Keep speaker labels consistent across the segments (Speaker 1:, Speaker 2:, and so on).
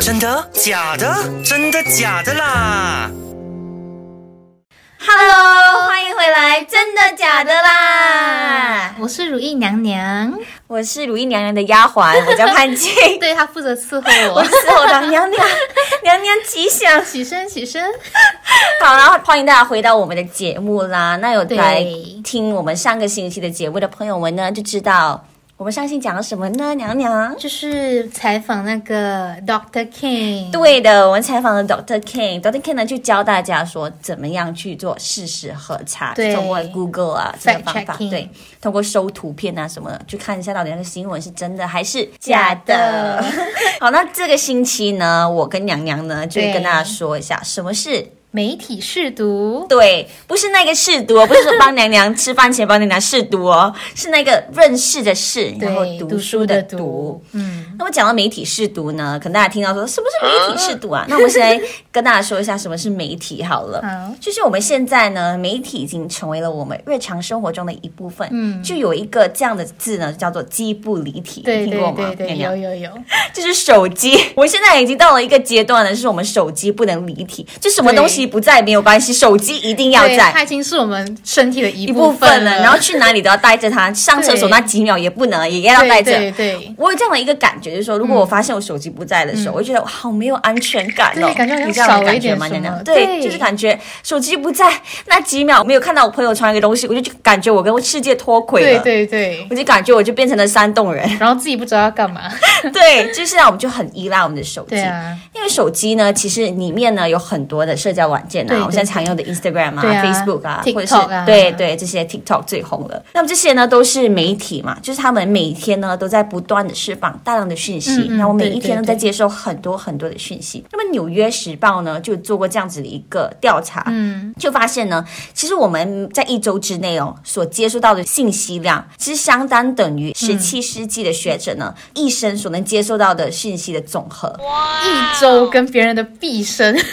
Speaker 1: 真的？假的？真的假的啦！
Speaker 2: Hello，欢迎回来，真的假的啦？
Speaker 3: 我是如意娘娘，
Speaker 2: 我是如意娘娘的丫鬟， 我叫潘静，
Speaker 3: 对她负责伺候
Speaker 2: 我
Speaker 3: 我。
Speaker 2: 是啊后堂娘娘，娘娘吉祥。
Speaker 3: 起身，起身，
Speaker 2: 好，然后欢迎大家回到我们的节目啦。那有
Speaker 3: 对
Speaker 2: 来听我们上个星期的节目的朋友们呢，就知道我们上期讲了什么呢？娘娘，
Speaker 3: 就是采访那个 Doctor King。
Speaker 2: 对的，我们采访了 Dr. King，Dr. King 呢就教大家说怎么样去做事实核查，
Speaker 3: 对
Speaker 2: 通过 Google 啊这个
Speaker 3: Fact
Speaker 2: 方法，
Speaker 3: checking
Speaker 2: 对，通过搜图片啊什么的，去看一下到底那个新闻是真的还是假
Speaker 3: 假
Speaker 2: 的。
Speaker 3: 的
Speaker 2: 好，那这个星期呢，我跟娘娘呢就会
Speaker 3: 对
Speaker 2: 跟大家说一
Speaker 3: 嗯
Speaker 2: 下什么是
Speaker 3: 媒体试读，
Speaker 2: 对，不是那个试读哦，不是说帮娘娘吃饭前帮娘娘试读哦，是那个认识的识，然后
Speaker 3: 对，
Speaker 2: 读书的读
Speaker 3: 读。，嗯，
Speaker 2: 那么讲到媒体试读呢，可能大家听到说什么是媒体试读
Speaker 3: 嗯
Speaker 2: 啊？那我们现在跟大家说一下什么是媒体好了。
Speaker 3: 好
Speaker 2: 就是我们现在呢，媒体已经成为了我们日常生活中的一部分。
Speaker 3: 嗯
Speaker 2: 就有一个这样的字呢，叫做机不离体，
Speaker 3: 对
Speaker 2: 你听
Speaker 3: 对
Speaker 2: 过吗？
Speaker 3: 对对，
Speaker 2: 娘
Speaker 3: 有
Speaker 2: 娘
Speaker 3: 有有，
Speaker 2: 就是手机， 我现在已经到了一个阶段了，就是我们手机不能离体，就什么
Speaker 3: 对
Speaker 2: 东西不在没有关系，手机一定要
Speaker 3: 对，
Speaker 2: 在。
Speaker 3: 它已经是我们身体的
Speaker 2: 一
Speaker 3: 一
Speaker 2: 部
Speaker 3: 部
Speaker 2: 分了，
Speaker 3: 了。
Speaker 2: 然后去哪里都要带着它，上厕所
Speaker 3: 对
Speaker 2: 那几秒也不能，也要带
Speaker 3: 对
Speaker 2: 着。
Speaker 3: 对对，
Speaker 2: 我有这样的一个感觉，就是说，
Speaker 3: 嗯
Speaker 2: 如果我发现我手机不在的时候，我就觉得哇好没有安全感哦，
Speaker 3: 对感觉好像
Speaker 2: 你知道那种
Speaker 3: 少了
Speaker 2: 感
Speaker 3: 一
Speaker 2: 觉
Speaker 3: 点
Speaker 2: 吗？
Speaker 3: 什么
Speaker 2: 娘娘对，
Speaker 3: 对
Speaker 2: 就是感觉手机不在那几秒，没有看到我朋友传一个东西，我就感觉我跟世界脱轨
Speaker 3: 对
Speaker 2: 了，
Speaker 3: 对对，
Speaker 2: 我就感觉我就变成了山洞 人。
Speaker 3: 然后自己不知道要干嘛。
Speaker 2: 对，就是现在我们就很依赖我们的手机
Speaker 3: 对。 啊，
Speaker 2: 因为手机呢，其实里面呢有很多的社交软件啊，
Speaker 3: 对对
Speaker 2: 我现在常用的 Instagram 啊、
Speaker 3: 对啊
Speaker 2: Facebook 啊，
Speaker 3: TikTok
Speaker 2: 或者是
Speaker 3: 啊
Speaker 2: 对对，这些 TikTok 最红了。那么这些呢都是媒体嘛，就是他们每天呢都在不断的释放大量的讯息，
Speaker 3: 嗯嗯
Speaker 2: 然后每
Speaker 3: 对
Speaker 2: 一
Speaker 3: 对
Speaker 2: 天都在
Speaker 3: 对
Speaker 2: 接受很多很多的讯息。那么《纽约时报》呢就做过这样子的一个调查，
Speaker 3: 嗯，
Speaker 2: 就发现呢，其实我们在一周之内哦，所接收到的信息量，其实相当等于十七世纪的学者呢、
Speaker 3: 嗯
Speaker 2: 一生所能接收到的讯息的总和。
Speaker 3: 一周跟别人的毕生，
Speaker 2: 真的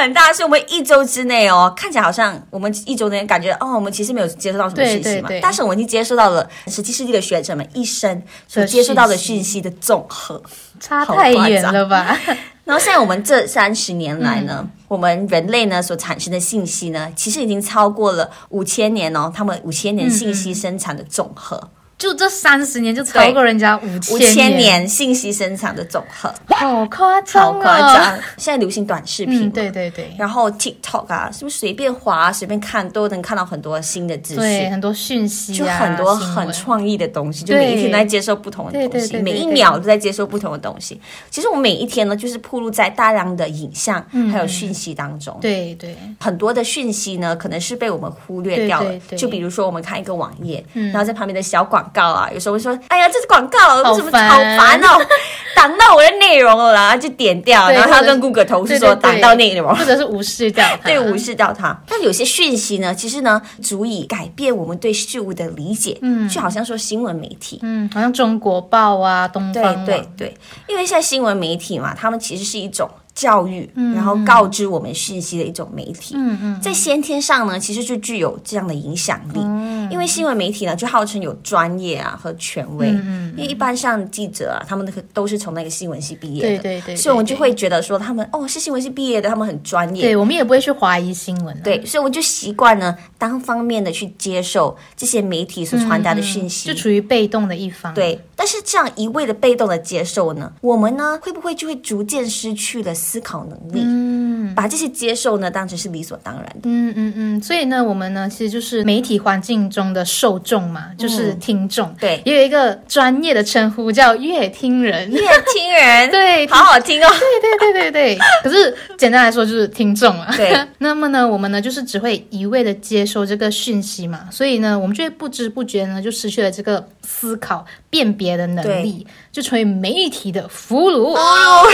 Speaker 2: 很大，是我们一周之内哦，看起来好像我们一周之内感觉哦，我们其实没有接收到什么
Speaker 3: 对
Speaker 2: 讯息嘛，
Speaker 3: 对对
Speaker 2: 但是我们已经接收到了十七世纪的学者们一生所
Speaker 3: 的
Speaker 2: 接收到的
Speaker 3: 讯息
Speaker 2: 讯息的总和。
Speaker 3: 差太远了吧？
Speaker 2: 然后现在我们这三十年来呢，
Speaker 3: 嗯
Speaker 2: 我们人类呢所产生的信息呢，其实已经超过了五千年哦，他们五千年信息生产的总和，
Speaker 3: 就这三十年就超过人家五
Speaker 2: 五
Speaker 3: 嗯千
Speaker 2: 千年信息生产的总和，
Speaker 3: 好夸张、
Speaker 2: 好
Speaker 3: 哦，
Speaker 2: 夸张！现在流行短视频嘛、
Speaker 3: 嗯，对对对，
Speaker 2: 然后 TikTok 啊，是不是随便滑、随便看都能看到很多新的资
Speaker 3: 对
Speaker 2: 讯？
Speaker 3: 很多讯息、
Speaker 2: 就
Speaker 3: 啊，
Speaker 2: 很多
Speaker 3: 新
Speaker 2: 很
Speaker 3: 闻
Speaker 2: 创意的东西，就
Speaker 3: 对
Speaker 2: 每一天都在接受不同的东西，
Speaker 3: 对对对对
Speaker 2: 每一
Speaker 3: 对
Speaker 2: 秒都在接受不同的东西。其实我每一天呢，就是暴露在大量的影像、
Speaker 3: 嗯
Speaker 2: 还有讯息当中。
Speaker 3: 对对
Speaker 2: 很多的讯息呢，可能是被我们忽略掉了。
Speaker 3: 对对对
Speaker 2: 就比如说，我们看一个网页，
Speaker 3: 嗯
Speaker 2: 然后在旁边的小广告啊，有时候会说：“哎呀，这是广告，
Speaker 3: 好
Speaker 2: 为什么
Speaker 3: 烦
Speaker 2: 好烦哦，挡到我的内容了。”然后就点掉，
Speaker 3: 对
Speaker 2: 然后他
Speaker 3: 或者
Speaker 2: 跟 Google 投诉
Speaker 3: 对
Speaker 2: 说
Speaker 3: 对
Speaker 2: 挡
Speaker 3: 对
Speaker 2: 到内容。
Speaker 3: 或者是无视 掉它，
Speaker 2: 对，无视掉它。但有些讯息呢，其实呢，足以改变我们对事物的理解。嗯，就好像说新闻媒体。
Speaker 3: 嗯，好像中国报啊，东方网
Speaker 2: 对对对，因为现在新闻媒体嘛，他们其实是一种教育，
Speaker 3: 嗯
Speaker 2: 然后告知我们讯息的一种媒体。嗯嗯，在先天上呢，其实就具有这样的影响力。
Speaker 3: 嗯
Speaker 2: 因为新闻媒体呢，就号称有专业啊和权威。嗯因为一般像记者啊，他们可都是从那个新闻系毕业的。
Speaker 3: 对对对对
Speaker 2: 所以我们就
Speaker 3: 对
Speaker 2: 会觉得说，他们哦是新闻系毕业的，他们很专业。
Speaker 3: 对我们也不会去怀疑新闻、啊，
Speaker 2: 对，所以我就习惯呢单方面的去接受这些媒体所传达的讯息。
Speaker 3: 就处于被动的一方，，
Speaker 2: 对，但是这样一味的被动的接受呢，我们呢会不会就会逐渐失去了思考能力？
Speaker 3: 嗯。
Speaker 2: 把这些接受呢当成是理所当然的。
Speaker 3: 嗯嗯嗯，所以呢，我们呢其实就是媒体环境中的受众嘛，就是听众，
Speaker 2: 嗯对
Speaker 3: 也有一个专业的称呼叫乐听人，
Speaker 2: 乐听人，
Speaker 3: 对，
Speaker 2: 好好听哦。
Speaker 3: 对对对对对，可是简单来说就是听众啊。
Speaker 2: 对，
Speaker 3: 那么呢，我们呢就是只会一味的接收这个讯息嘛，所以呢，我们就会不知不觉呢就失去了这个思考辨别的能力，就成为媒体的俘虏。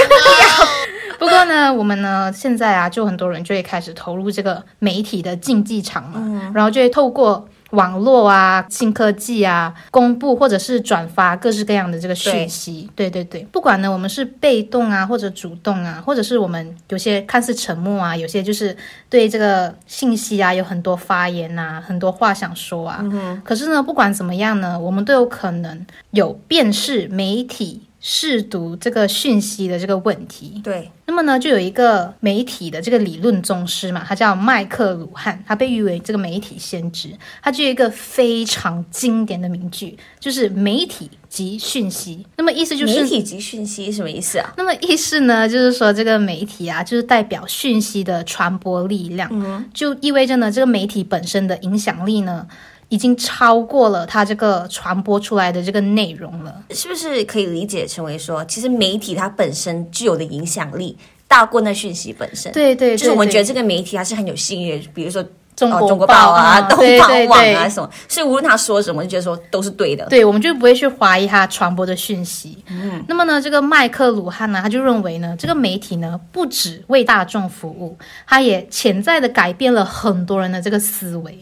Speaker 3: 不过呢，我们呢现在啊，就很多人就会开始投入这个媒体的竞技场嘛，然后就会透过。网络啊，新科技啊，公布或者是转发各式各样的这个讯息，对对对不管呢，我们是被动啊，或者主动啊，或者是我们有些看似沉默啊，有些就是对这个信息啊有很多发言啊，很多话想说啊，可是呢，不管怎么样呢，我们都有可能有辨识媒体试读这个讯息的这个问题。
Speaker 2: 对，
Speaker 3: 那么呢，就有一个媒体的这个理论宗师嘛，他叫麦克鲁汉，他被誉为这个媒体先知。他就有一个非常经典的名句，就是媒体及讯息。那么意思就是
Speaker 2: 媒体及讯息什么意思啊？
Speaker 3: 那么意思呢，就是说这个媒体啊，就是代表讯息的传播力量，
Speaker 2: 嗯
Speaker 3: 就意味着呢，这个媒体本身的影响力呢，已经超过了它这个传播出来的这个内容了。
Speaker 2: 是不是可以理解成为说，其实媒体它本身具有的影响力大过那讯息本身？，
Speaker 3: 对对对，
Speaker 2: 就是我们
Speaker 3: 对
Speaker 2: 觉得这个媒体它是很有吸引力的，比如说。
Speaker 3: 中
Speaker 2: 哦
Speaker 3: 国
Speaker 2: 中国
Speaker 3: 报
Speaker 2: 报啊，
Speaker 3: 啊
Speaker 2: 东
Speaker 3: 对
Speaker 2: 方
Speaker 3: 对
Speaker 2: 网
Speaker 3: 对
Speaker 2: 啊，什么，所以无论他说什么，就觉得说都是对的。
Speaker 3: 对，我们就不会去怀疑它传播的讯息。嗯，那么呢，这个麦克鲁汉呢，他就认为呢，这个媒体呢，不只为大众服务，它也潜在的改变了很多人的这个思维。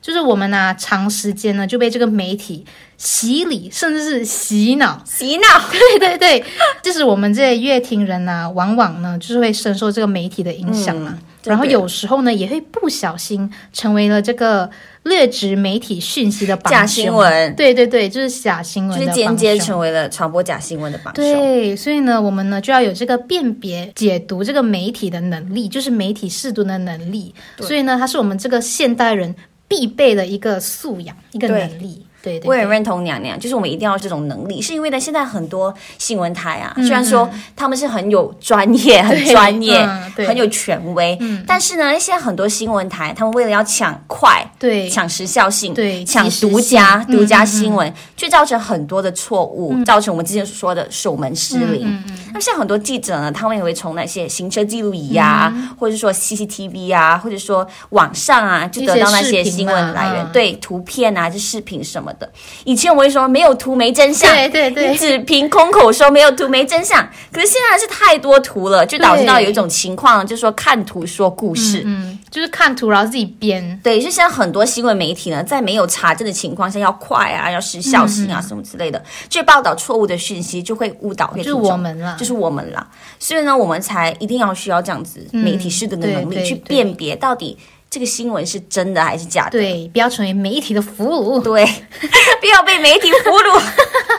Speaker 3: 就是我们呢、啊长时间呢就被这个媒体洗礼，甚至是洗脑。
Speaker 2: 洗脑，
Speaker 3: 对对对，就是我们这些乐听人呐、往往呢就是会深受这个媒体的影响嘛。
Speaker 2: 对
Speaker 3: 然后
Speaker 2: 对
Speaker 3: 有时候呢，也会不小心成为了这个劣质媒体讯息的帮
Speaker 2: 假
Speaker 3: 凶
Speaker 2: 新闻
Speaker 3: 对对对，就是假新闻
Speaker 2: 就
Speaker 3: 的
Speaker 2: 是
Speaker 3: 帮
Speaker 2: 间接
Speaker 3: 凶
Speaker 2: 成为了传播假新闻的榜首。
Speaker 3: 对，所以呢，我们呢就要有这个辨别、解读这个媒体的能力，就是媒体试读的能力。所以呢，它是我们这个现代人必备的一个素养、一个
Speaker 2: 对
Speaker 3: 能力。对对
Speaker 2: 我也
Speaker 3: 对，
Speaker 2: 认同娘娘，就是我们一定要有这种能力，是因为呢，现在很多新闻台啊，虽然说他们是很有专业、很专业、
Speaker 3: 嗯对嗯
Speaker 2: 很有权威，但是呢，现在很多新闻台，他们为了要抢快、
Speaker 3: 对
Speaker 2: 抢时效性、
Speaker 3: 对
Speaker 2: 抢
Speaker 3: 及时
Speaker 2: 独家、
Speaker 3: 性
Speaker 2: 独家新闻，就造成很多的错误，
Speaker 3: 嗯
Speaker 2: 造成我们之前所说的守门失灵。那像很多记者呢，他们也会从那些行车记录仪呀、
Speaker 3: 嗯
Speaker 2: 或者说 CCTV 啊，或者说网上啊，就得到那些
Speaker 3: 一些视频嘛
Speaker 2: 新闻来源，
Speaker 3: 嗯
Speaker 2: 对图片啊、这视频什么的。以前我会说没有图没真相，
Speaker 3: 对对对
Speaker 2: 你只凭空口说没有图没真相。可是现在是太多图了，就导致
Speaker 3: 对
Speaker 2: 到有一种情况，就是说看图说故事。
Speaker 3: 嗯，就是看图然后自己编。
Speaker 2: 对，就像很多新闻媒体呢，在没有查证的情况下，要快啊，要时效性
Speaker 3: 嗯
Speaker 2: 啊，什么之类的，就报道错误的讯息，就会误导阅
Speaker 3: 就是
Speaker 2: 读者
Speaker 3: 我们啦
Speaker 2: 就是我们啦。所以呢，我们才一定要需要这样子媒体适度的
Speaker 3: 对
Speaker 2: 能力，
Speaker 3: 对
Speaker 2: 去
Speaker 3: 对
Speaker 2: 辨别到底这个新闻是真的还是假的。
Speaker 3: 对，不要成为媒体的俘虏。
Speaker 2: 对， 不要被媒体俘虏。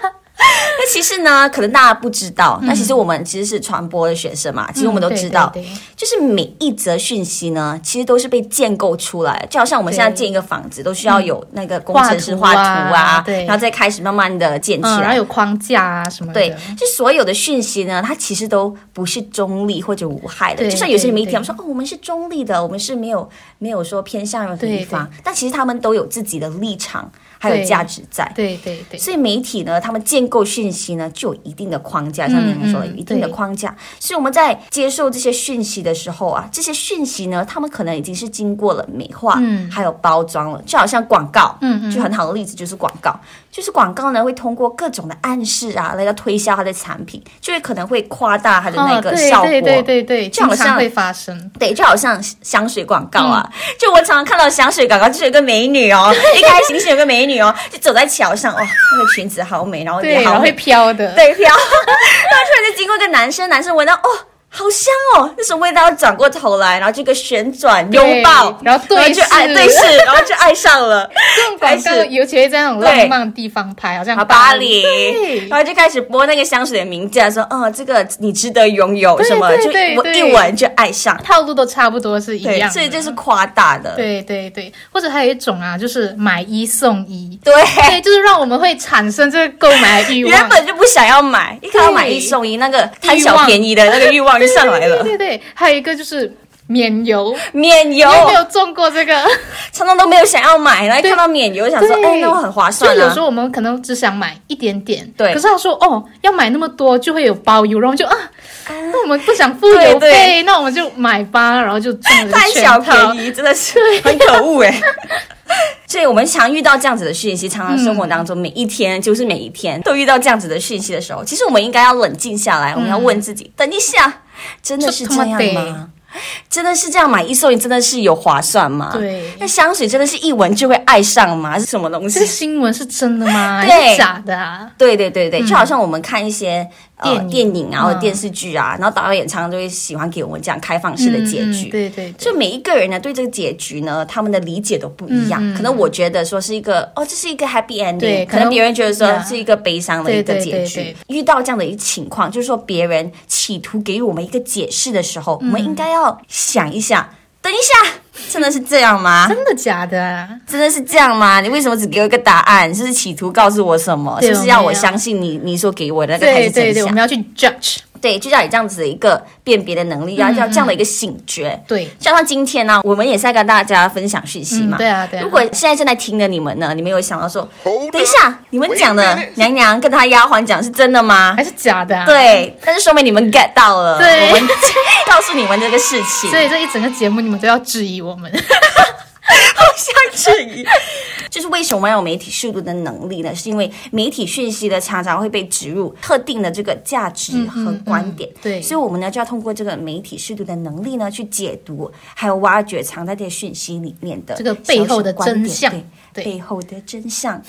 Speaker 2: 那其实呢，可能大家不知道，那其实我们其实是传播的学生嘛，其实我们都
Speaker 3: 嗯对
Speaker 2: 知道，
Speaker 3: 对对
Speaker 2: 就是每一则讯息呢，其实都是被建构出来的，就好像我们现在
Speaker 3: 对
Speaker 2: 建一个房子，都需要有那个工程师
Speaker 3: 画
Speaker 2: 画
Speaker 3: 图
Speaker 2: 图
Speaker 3: 啊
Speaker 2: 啊，
Speaker 3: 对
Speaker 2: 然后再开始慢慢的建起
Speaker 3: 嗯，然
Speaker 2: 来。
Speaker 3: 后有框架啊什么的。
Speaker 2: 对，就所有的讯息呢，它其实都不是中立或者无害的。
Speaker 3: 对
Speaker 2: 就像有些
Speaker 3: 对
Speaker 2: 媒体
Speaker 3: 对
Speaker 2: 他们说哦，我们是中立的，我们是没有没有说偏向任何
Speaker 3: 对
Speaker 2: 一
Speaker 3: 对
Speaker 2: 方，但其实他们都有自己的立场还有
Speaker 3: 对
Speaker 2: 价值在。
Speaker 3: 对对对，
Speaker 2: 所以媒体呢，他们建构讯息呢，就有一定的框架，像您说的，
Speaker 3: 嗯
Speaker 2: 有一定的
Speaker 3: 对
Speaker 2: 框架。所以我们在接受这些讯息的时候啊，这些讯息呢，他们可能已经是经过了美化，
Speaker 3: 嗯
Speaker 2: 还有包装了，就好像广告，
Speaker 3: 嗯嗯
Speaker 2: 就很好的例子就是广告，就是广告呢会通过各种的暗示啊，来要推销它的产品，就会可能会夸大它的那
Speaker 3: 哦，
Speaker 2: 个效果，
Speaker 3: 对对对对对，
Speaker 2: 就好
Speaker 3: 经常
Speaker 2: 像
Speaker 3: 会发生。
Speaker 2: 对，就好像香水广告啊，
Speaker 3: 嗯
Speaker 2: 就我常常看到香水广告，就是有个美女 哦，一开始是有个美女哦，就走在桥上，哇，那个裙子好美，然后
Speaker 3: 对，
Speaker 2: 也
Speaker 3: 然
Speaker 2: 好
Speaker 3: 后会
Speaker 2: 美，
Speaker 3: 飘的。
Speaker 2: 对飘，然 后突然就经过一个男生，男生闻到哦。好香哦，那什么味道？转过头来，然后这个旋转拥抱，
Speaker 3: 然后对
Speaker 2: 就爱
Speaker 3: 视
Speaker 2: 对 视，然后就爱上了。
Speaker 3: 这种广
Speaker 2: 开
Speaker 3: 告，
Speaker 2: 始
Speaker 3: 尤其会在那种浪漫的地方拍，好像
Speaker 2: 然后
Speaker 3: 巴
Speaker 2: 巴黎，
Speaker 3: 对
Speaker 2: 然后就开始播那个香水的名字，说，哦，这个你值得拥有
Speaker 3: 对
Speaker 2: 什么，
Speaker 3: 对对
Speaker 2: 就我
Speaker 3: 对
Speaker 2: 一闻就爱上。
Speaker 3: 套路都差不多是一
Speaker 2: 对
Speaker 3: 样，的。啊
Speaker 2: 所以这是夸大的。
Speaker 3: 对对对，或者还有一种啊，就是买一送一，
Speaker 2: 对，
Speaker 3: 对，就是让我们会产生这个购买的欲望。
Speaker 2: 原本就不想要买，一看到
Speaker 3: 对
Speaker 2: 买一送一，那个贪小便宜的那个欲望就上来
Speaker 3: 对
Speaker 2: 了。
Speaker 3: 对对，还有一个就是免邮，
Speaker 2: 免邮
Speaker 3: 你，有没有中过这个？
Speaker 2: 常常都没有想要买，然后一看到免邮想说，
Speaker 3: 对
Speaker 2: 哎，那我很划
Speaker 3: 所
Speaker 2: 算
Speaker 3: 以有
Speaker 2: 啊
Speaker 3: 时。候我们可能只想买一点点，
Speaker 2: 对
Speaker 3: 可是他说哦，要买那么多就会有包邮，然后就啊，那我们不想付
Speaker 2: 对
Speaker 3: 邮
Speaker 2: 对
Speaker 3: 费，那我们就买吧，然后就中了这个
Speaker 2: 贪
Speaker 3: 圈
Speaker 2: 小
Speaker 3: 套
Speaker 2: 便宜真的是很可恶 哎。所以我们常遇到这样子的讯息，常常生活当中每一天就是每一天都遇到这样子的讯息的时候，其实我们应该要冷静下来，我们要问自己，等一下，真的是这样
Speaker 3: 嗯这他妈
Speaker 2: 吗？真的是这样买一送一，真的是有划算吗？
Speaker 3: 对
Speaker 2: 那香水真的是一闻就会爱上吗？是什么东
Speaker 3: 这
Speaker 2: 西？
Speaker 3: 个新闻是真的吗？
Speaker 2: 对
Speaker 3: 还是假的啊？
Speaker 2: 对对对对，就好像我们看一些呃
Speaker 3: 电影
Speaker 2: 电影啊或者电视剧啊，然后导演常常都会喜欢给我们这样开放式的结局。
Speaker 3: 嗯对对对，
Speaker 2: 所以每一个人呢，对这个结局呢，他们的理解都不一样。
Speaker 3: 嗯嗯
Speaker 2: 可能我觉得说是一个哦，这是一个 happy ending，
Speaker 3: 对
Speaker 2: 可能别人觉得
Speaker 3: 可
Speaker 2: 说
Speaker 3: 能
Speaker 2: 是一个悲伤的一个
Speaker 3: 对对
Speaker 2: 结
Speaker 3: 对
Speaker 2: 局
Speaker 3: 对。
Speaker 2: 遇到这样的一个情况，就是说别人企图给予我们一个解释的时候，我
Speaker 3: 嗯
Speaker 2: 们应该要想一下，等一下，真的是这样吗？
Speaker 3: 真的假的啊？
Speaker 2: 真的是这样吗？你为什么只给我一个答案？是不是企图告诉我什么？
Speaker 3: 对
Speaker 2: 是不是要
Speaker 3: 我
Speaker 2: 我
Speaker 3: 们要
Speaker 2: 相信你你所给我的那个才
Speaker 3: 对
Speaker 2: 是
Speaker 3: 对
Speaker 2: 真
Speaker 3: 对，我
Speaker 2: 相
Speaker 3: 们？要去 judge，
Speaker 2: 对，就要有这样子的一个辨别的能力，
Speaker 3: 嗯
Speaker 2: 要要这样的一个醒觉。
Speaker 3: 对，
Speaker 2: 加上今天呢、我们也是在跟大家分享讯息嘛。
Speaker 3: 嗯对啊对啊
Speaker 2: 如果现在正在听的你们呢，你们有想到说，等一下，你们讲的娘娘跟她丫鬟讲是真的吗
Speaker 3: 还？是假的啊？，
Speaker 2: 对，但是说明你们 get 到了，
Speaker 3: 对
Speaker 2: 我们 告诉你们这个事情，
Speaker 3: 所以这一整个节目你们都要质疑 我们。
Speaker 2: 像质 疑。就是为什么要有媒体试读的能力呢？是因为媒体讯息的常常会被植入特定的这个价值和观点，
Speaker 3: 嗯对
Speaker 2: 所以我们呢就要通过这个媒体试读的能力呢去解读，还有挖掘藏在这些讯息里面的
Speaker 3: 这个背后的
Speaker 2: 小小观点
Speaker 3: 真相
Speaker 2: 对
Speaker 3: 对
Speaker 2: 背后的真相。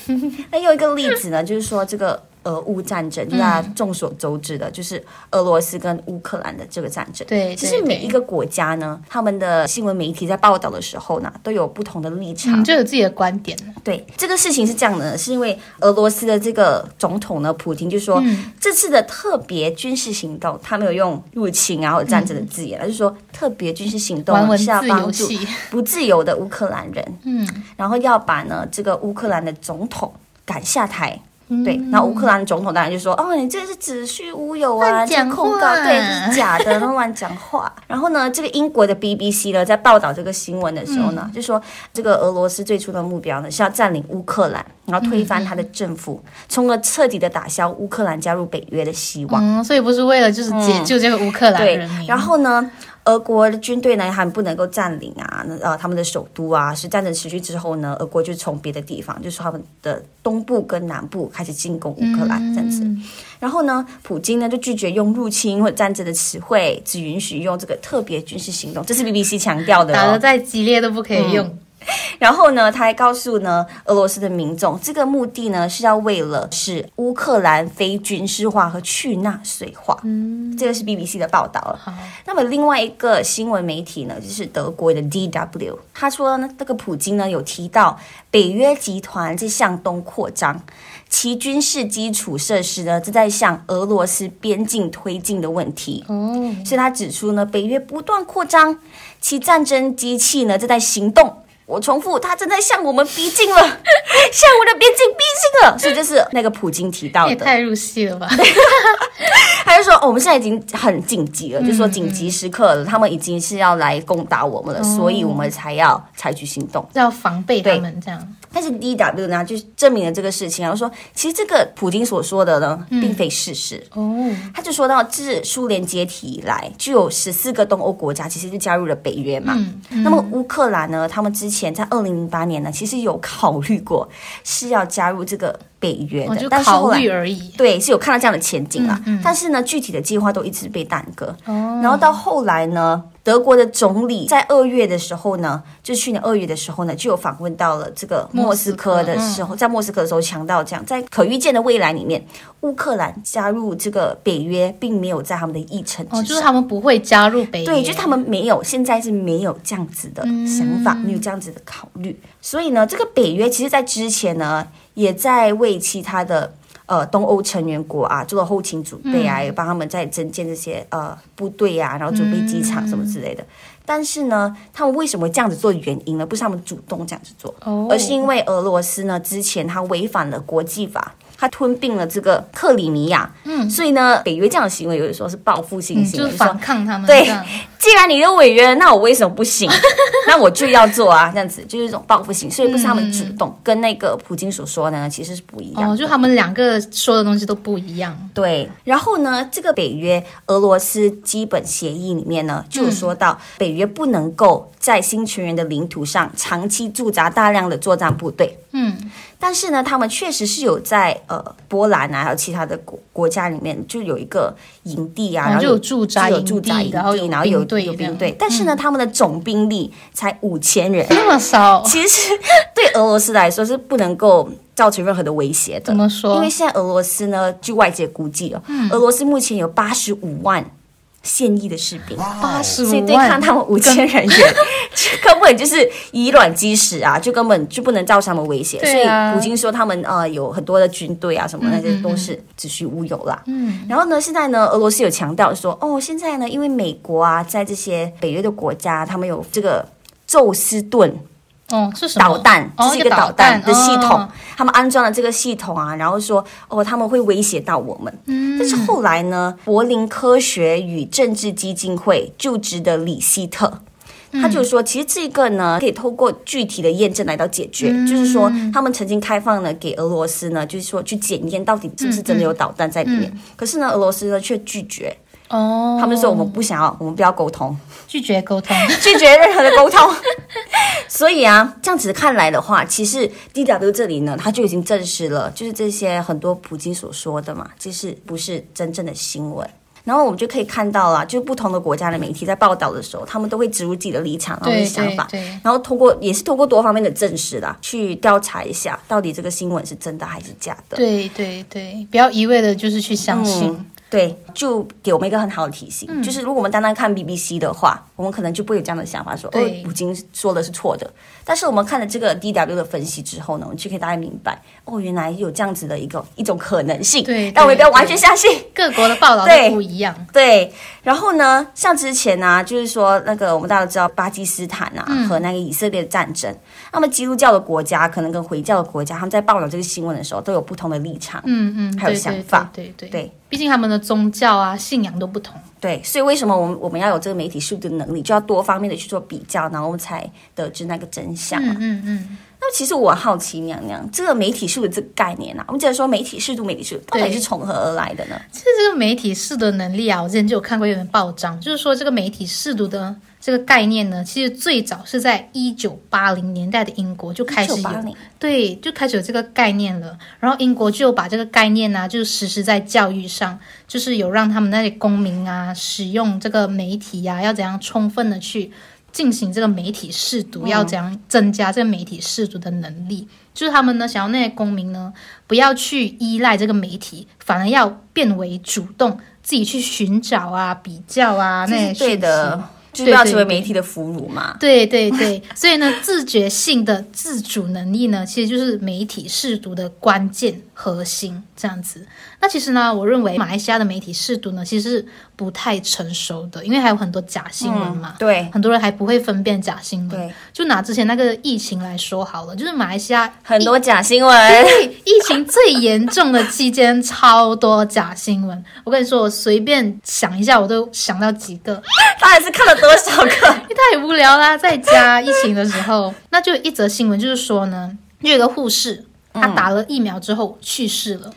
Speaker 2: 那又一个例子呢，就是说这个。俄乌战争，就大
Speaker 3: 嗯
Speaker 2: 家众所周知的，就是俄罗斯跟乌克兰的这个战争。
Speaker 3: 对
Speaker 2: 其
Speaker 3: 对
Speaker 2: 实每
Speaker 3: 对
Speaker 2: 一个国家呢，他们的新闻媒体在报道的时候呢，都有不同的立场
Speaker 3: 嗯，。就有自己的观点了。
Speaker 2: 对这个事情是这样的，是因为俄罗斯的这个总统呢，普京就说、
Speaker 3: 嗯
Speaker 2: 这次的特别军事行动，他没有用入侵啊或者战争的字眼，他就说特别军事行动
Speaker 3: 嗯玩
Speaker 2: 呢
Speaker 3: 文
Speaker 2: 是要
Speaker 3: 字游
Speaker 2: 帮助
Speaker 3: 戏，
Speaker 2: 不自由的乌克兰人，
Speaker 3: 嗯，
Speaker 2: 然后要把呢这个乌克兰的总统赶下台。对，
Speaker 3: 嗯
Speaker 2: 然后乌克兰总统当然就说：“哦，你这是子虚乌有啊，
Speaker 3: 乱
Speaker 2: 这
Speaker 3: 讲
Speaker 2: 控
Speaker 3: 话
Speaker 2: 告对，这是假的，乱讲话。”然后呢，这个英国的 BBC 呢，在报道这个新闻的时候呢，
Speaker 3: 嗯
Speaker 2: 就说这个俄罗斯最初的目标呢是要占领乌克兰，然后推翻他的政府，
Speaker 3: 嗯
Speaker 2: 从而彻底的打消乌克兰加入北约的希望。
Speaker 3: 嗯，所以不是为了就是解救这个乌克兰
Speaker 2: 嗯对
Speaker 3: 人民，，
Speaker 2: 然后呢，俄国的军队呢还不能够占领啊，那呃他们的首都啊，是战争持续之后呢，俄国就从别的地方，就是他们的东部跟南部开始进攻乌克兰、啊
Speaker 3: 嗯
Speaker 2: 这样子。然后呢，普京呢就拒绝用入侵或者战争的词汇，只允许用这个特别军事行动，这是 BBC 强调的、哦。
Speaker 3: 打得再激烈都不可以用。
Speaker 2: 嗯然后呢，他还告诉呢俄罗斯的民众，这个目的呢是要为了使乌克兰非军事化和去纳粹化。嗯，这个是 BBC 的报道了。那么另外一个新闻媒体呢，就是德国的 DW，他说呢，这个普京呢有提到北约集团在向东扩张，其军事基础设施呢正在向俄罗斯边境推进的问题。
Speaker 3: 哦，
Speaker 2: 所以他指出呢，北约不断扩张，其战争机器呢正在行动。我重复，它正在向我们逼近了，向 我的边境逼近了。所以这是那个普京提到
Speaker 3: 也
Speaker 2: 的，
Speaker 3: 太入戏了吧？
Speaker 2: 他就说、哦我们现在已经很紧急
Speaker 3: 嗯
Speaker 2: 了，就说紧急时刻了，他们已经是要来攻打我们了，
Speaker 3: 哦
Speaker 2: 所以我们才要采取行动。
Speaker 3: 要防备他
Speaker 2: 对
Speaker 3: 们这样。
Speaker 2: 但是 D W 呢，就证明了这个事情，然后说，其实这个普京所说的呢，
Speaker 3: 嗯
Speaker 2: 并非事实。
Speaker 3: 哦，
Speaker 2: 他就说到，自苏联解体以来，就有十四个东欧国家其实就加入了北约嘛。
Speaker 3: 嗯
Speaker 2: 那么乌克兰呢，他们之前在二零零八年呢，其实有考虑过是要加入这个北约
Speaker 3: 我
Speaker 2: 的，
Speaker 3: 哦就
Speaker 2: 但是后
Speaker 3: 考
Speaker 2: 来
Speaker 3: 虑而嗯已。
Speaker 2: 对，是有看到这样的前景啦。但是呢，具体的计划都一直被耽搁。
Speaker 3: 哦
Speaker 2: 然后到后来呢，德国的总理在二月的时候呢，就去年二月的时候呢，就有访问到了这个莫斯科的时候，在莫斯科的时候强调这样，在可预见的未来里面，乌克兰加入这个北约并没有在他们的议程之上。
Speaker 3: 哦，就是他们不会加入北约，
Speaker 2: 对，就是他们没有，现在是没有这样子的
Speaker 3: 嗯
Speaker 2: 想法，没有这样子的考虑。所以呢，这个北约其实在之前呢，也在为其他的呃东欧成员国啊做了后勤准备
Speaker 3: 嗯
Speaker 2: 啊，也帮他们在增建这些呃部队啊，然后准备机场
Speaker 3: 嗯
Speaker 2: 什么之类的。但是呢，他们为什么会这样子做？原因呢，不是他们主动这样子做，
Speaker 3: 哦
Speaker 2: 而是因为俄罗斯呢之前它违反了国际法。它吞并了这个克里米亚，嗯，所以呢，北约这样的行为有的时候是报复性
Speaker 3: 嗯
Speaker 2: 行为，
Speaker 3: 就是
Speaker 2: 说
Speaker 3: 反抗他们
Speaker 2: 对
Speaker 3: 这样。
Speaker 2: 既然你都违约了，那我为什么不 行？那我就要做啊，这样子就是一种报复性，所以不是他们主动，跟那个普京所说的呢，其实是不一样。
Speaker 3: 哦，就他们两个说的东西都不一样。
Speaker 2: 对，然后呢，这个北约俄罗斯基本协议里面呢，就有说
Speaker 3: 嗯
Speaker 2: 到北约不能够在新成员的领土上长期驻扎大量的作战部队。
Speaker 3: 嗯，
Speaker 2: 但是呢，他们确实是有在呃波兰啊，还有其他的国国家里面，就有一个营地啊，
Speaker 3: 哦
Speaker 2: 然后
Speaker 3: 就有驻扎
Speaker 2: 就有
Speaker 3: 营
Speaker 2: 驻扎
Speaker 3: 地
Speaker 2: 营
Speaker 3: 然后有
Speaker 2: 然后有
Speaker 3: 兵队
Speaker 2: 有
Speaker 3: 这
Speaker 2: 兵
Speaker 3: 样
Speaker 2: 队，但是呢，他们的总兵力才五千人，
Speaker 3: 那么少，
Speaker 2: 其实对俄罗斯来说是不能够造成任何的威胁的。
Speaker 3: 怎么说嗯
Speaker 2: 因为现在俄罗斯呢，据外界估计哦，俄罗斯目前有八十五万现役的士兵。
Speaker 3: 八十
Speaker 2: 所以
Speaker 3: 五
Speaker 2: 对抗
Speaker 3: 万，
Speaker 2: 他们五千人员， 根本就是以卵击石啊，就根本就不能造成他们威胁。
Speaker 3: 对啊嗯
Speaker 2: 所以普京说他们呃有很多的军队啊什么那些都是子虚乌有啦。嗯，然后呢，现在呢，俄罗斯有强调说，哦，现在呢，因为美国啊，在这些北约的国家，他们有这个宙斯盾
Speaker 3: 哦，是什么
Speaker 2: 导弹，这
Speaker 3: 哦，
Speaker 2: 是一个导弹
Speaker 3: 弹
Speaker 2: 的系统，
Speaker 3: 哦
Speaker 2: 他们安装了这个系统啊，然后说哦他们会威胁到我们。
Speaker 3: 嗯
Speaker 2: 但是后来呢，柏林科学与政治基金会就职的里希特。他就说，其实这个呢，可以透过具体的验证来到解决。就是说，他们曾经开放了给俄罗斯呢，就是说去检验到底是不是真的有导弹在里面。可是呢，俄罗斯呢却拒绝，
Speaker 3: 哦，
Speaker 2: 他们说我们不想要，我们不要沟通。
Speaker 3: 拒绝沟通，
Speaker 2: 拒绝任何的沟通。 所以啊，这样子看来的话，其实 D W 这里呢，他就已经证实了，就是这些很多普京所说的嘛，其实不是真正的新闻。然后我们就可以看到啦，就不同的国家的媒体在报道的时候，他们都会植入自己的立场，然后
Speaker 3: 对
Speaker 2: 的想法
Speaker 3: 对对，
Speaker 2: 然后通过也是通过多方面的证实啦，去调查一下到底这个新闻是真的还是假的。
Speaker 3: 对对对，不要一味的就是去相信。
Speaker 2: 嗯对，就给我们一个很好的提醒，
Speaker 3: 嗯
Speaker 2: 就是如果我们单单看 BBC 的话，我们可能就不会有这样的想法说，
Speaker 3: 对
Speaker 2: 哦，普京说的是错的。但是我们看了这个 DW 的分析之后呢，我们就可以大概明白，哦，原来有这样子的一个一种可能性。
Speaker 3: 对
Speaker 2: 但我们不要
Speaker 3: 对
Speaker 2: 完全相信。
Speaker 3: 各国的报道
Speaker 2: 对
Speaker 3: 都不一样，
Speaker 2: 对，然后呢，像之前呢、啊，就是说那个我们大家都知道巴基斯坦啊、
Speaker 3: 嗯
Speaker 2: 和那个以色列的战争，那么基督教的国家可能跟回教的国家，他们在报道这个新闻的时候都有不同的立场。
Speaker 3: 嗯嗯，
Speaker 2: 还有
Speaker 3: 对
Speaker 2: 想法
Speaker 3: 对对对
Speaker 2: 对
Speaker 3: 毕竟他们的宗教啊、信仰都不同。
Speaker 2: 对，所以为什么我们我们要有这个媒体素质的能力，就要多方面的去做比较，然后才得知那个真相、啊。
Speaker 3: 嗯嗯，
Speaker 2: 那么其实我很好奇，娘娘这个媒体素质这个概念啊，我们只能说媒体适度、媒体素质到底
Speaker 3: 对
Speaker 2: 是从何而来的呢？
Speaker 3: 其实这个媒体试读的能力啊，我之前就有看过一本报章，就是说这个媒体试读的这个概念呢，其实最早是在一九八零年代的英国就开始有
Speaker 2: 1980
Speaker 3: 对，就开始有这个概念了。然后英国就把这个概念呢、就是实施在教育上，就是有让他们那些公民啊，使用这个媒体呀、要怎样充分的去进行这个媒体试读，要
Speaker 2: 嗯
Speaker 3: 怎样增加这个媒体试读的能力。就是他们呢，想要那些公民呢，不要去依赖这个媒体，反而要变为主动，自己去寻找啊、比较啊
Speaker 2: 这
Speaker 3: 那些
Speaker 2: 是对
Speaker 3: 讯息
Speaker 2: 的，就是不
Speaker 3: 对
Speaker 2: 要
Speaker 3: 对
Speaker 2: 成为
Speaker 3: 对
Speaker 2: 媒体的俘虏嘛。
Speaker 3: 对对对，所以呢，自觉性的自主能力呢，其实就是媒体试读的关键核心这样子。那其实呢，我认为马来西亚的媒体试读呢，其实是不太成熟的，因为还有很多假新闻嘛。
Speaker 2: 嗯
Speaker 3: 嗯
Speaker 2: 对，
Speaker 3: 很多人还不会分辨假新闻
Speaker 2: 对，
Speaker 3: 就拿之前那个疫情来说好了，就是马来西亚
Speaker 2: 很多假新闻。
Speaker 3: 对，疫情最严重的期间，超多假新闻。我跟你说，我随便想一下，我都想到几个。
Speaker 2: 到底是看了多少 个？
Speaker 3: 因为太无聊啦，在家疫情的时候，那就有一则新闻就是说呢，就有一个护士，她打了疫苗之后去世了。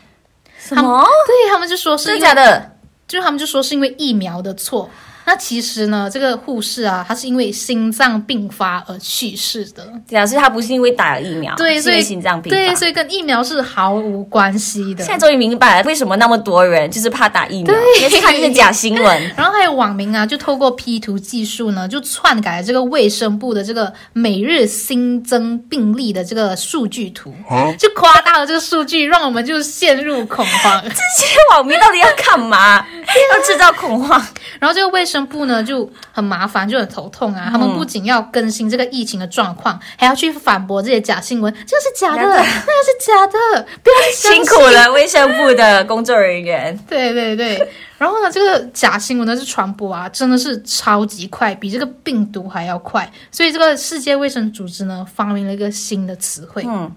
Speaker 2: 什
Speaker 3: 他们
Speaker 2: 么？
Speaker 3: 对他们就说是
Speaker 2: 真
Speaker 3: 因
Speaker 2: 的假
Speaker 3: 为，
Speaker 2: 的？
Speaker 3: 就是他们就说是因为疫苗的错。那其实呢，这个护士啊，她是因为心脏病发而去世的。
Speaker 2: 表示他不是因为打了疫苗，
Speaker 3: 对，
Speaker 2: 是
Speaker 3: 所
Speaker 2: 因
Speaker 3: 以
Speaker 2: 为心脏病吧。
Speaker 3: 对，所以跟疫苗是毫无关系的。
Speaker 2: 现在终于明白了为什么那么多人就是怕打疫苗，因为是看这些假新闻。
Speaker 3: 然后还有网民啊，就透过 P 图技术呢，就篡改了这个卫生部的这个每日新增病例的这个数据图，
Speaker 2: 啊
Speaker 3: 就夸大了这个数据，让我们就陷入恐 慌。
Speaker 2: 这些网民到底要干 嘛？要制造恐慌？
Speaker 3: 然后这个卫生部呢就很麻烦，就很头痛
Speaker 2: 嗯
Speaker 3: 啊。他们不仅要更新这个疫情的状况，还要去反驳这些假新闻，这个是 假
Speaker 2: 假
Speaker 3: 的，
Speaker 2: 的
Speaker 3: 那个是假的，不要去相
Speaker 2: 辛
Speaker 3: 信
Speaker 2: 苦了卫生部的工作人 员。
Speaker 3: 对对对，然后呢，这个假新闻呢是传播啊，真的是超级快，比这个病毒还要快。所以这个世界卫生组织呢发明了一个新的词汇，
Speaker 2: 嗯，哎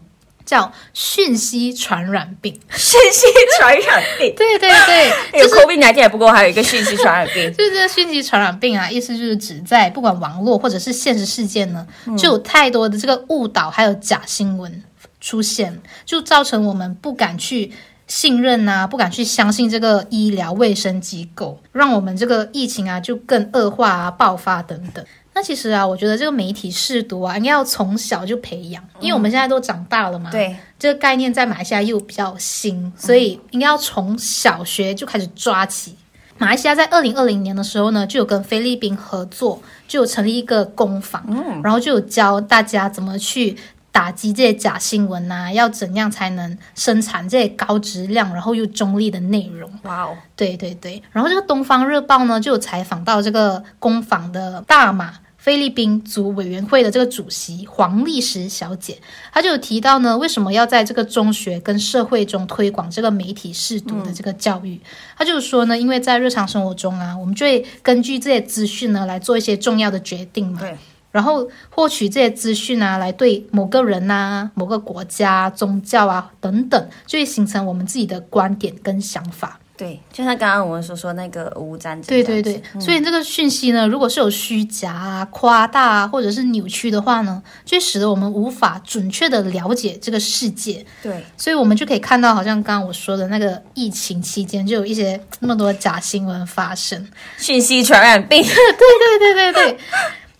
Speaker 3: 叫讯息传染病。
Speaker 2: 讯息传染 病，
Speaker 3: 对对对，
Speaker 2: 有
Speaker 3: 就是
Speaker 2: COVID 19也不够，还有一个讯息传染病。
Speaker 3: 就是这个讯息传染病啊，意思就是指在不管网络或者是现实世界呢，就有太多的这个误导还有假新闻出现，就造成我们不敢去信任啊，不敢去相信这个医疗卫生机构，让我们这个疫情啊就更恶化啊、爆发等等。那其实啊，我觉得这个媒体试读啊，应该要从小就培养，因为我们现在都长大了 嘛。
Speaker 2: 对，
Speaker 3: 这个概念在马来西亚又比较新，所以应该要从小学就开始抓起。马来西亚在二零二零年的时候呢，就有跟菲律宾合作，就有成立一个工坊，然后就有教大家怎么去打击这些假新闻啊，要怎样才能生产这些高质量然后又中立的内容。
Speaker 2: 哇哦，
Speaker 3: 对对对，然后这个《东方日报》呢，就有采访到这个工坊的大马菲律宾族委员会的这个主席黄丽石小姐，她就有提到呢，为什么要在这个中学跟社会中推广这个媒体适度的这个教育？她就是说呢，因为在日常生活中啊，我们就会根据这些资讯呢来做一些重要的决定嘛。
Speaker 2: 对。
Speaker 3: 然后获取这些资讯啊，来对某个人呐、某个国家啊、宗教啊等等，就会形成我们自己的观点跟想法。
Speaker 2: 对，就像刚刚我们所说那个无战争，
Speaker 3: 对对对，，所以这个讯息呢，如果是有虚假啊、夸大啊，或者是扭曲的话呢，就会使得我们无法准确的了解这个世界。
Speaker 2: 对，
Speaker 3: 所以我们就可以看到，好像刚刚我说的那个疫情期间，就有一些那么多假新闻发生。
Speaker 2: 讯息传染病，
Speaker 3: 对对对对对。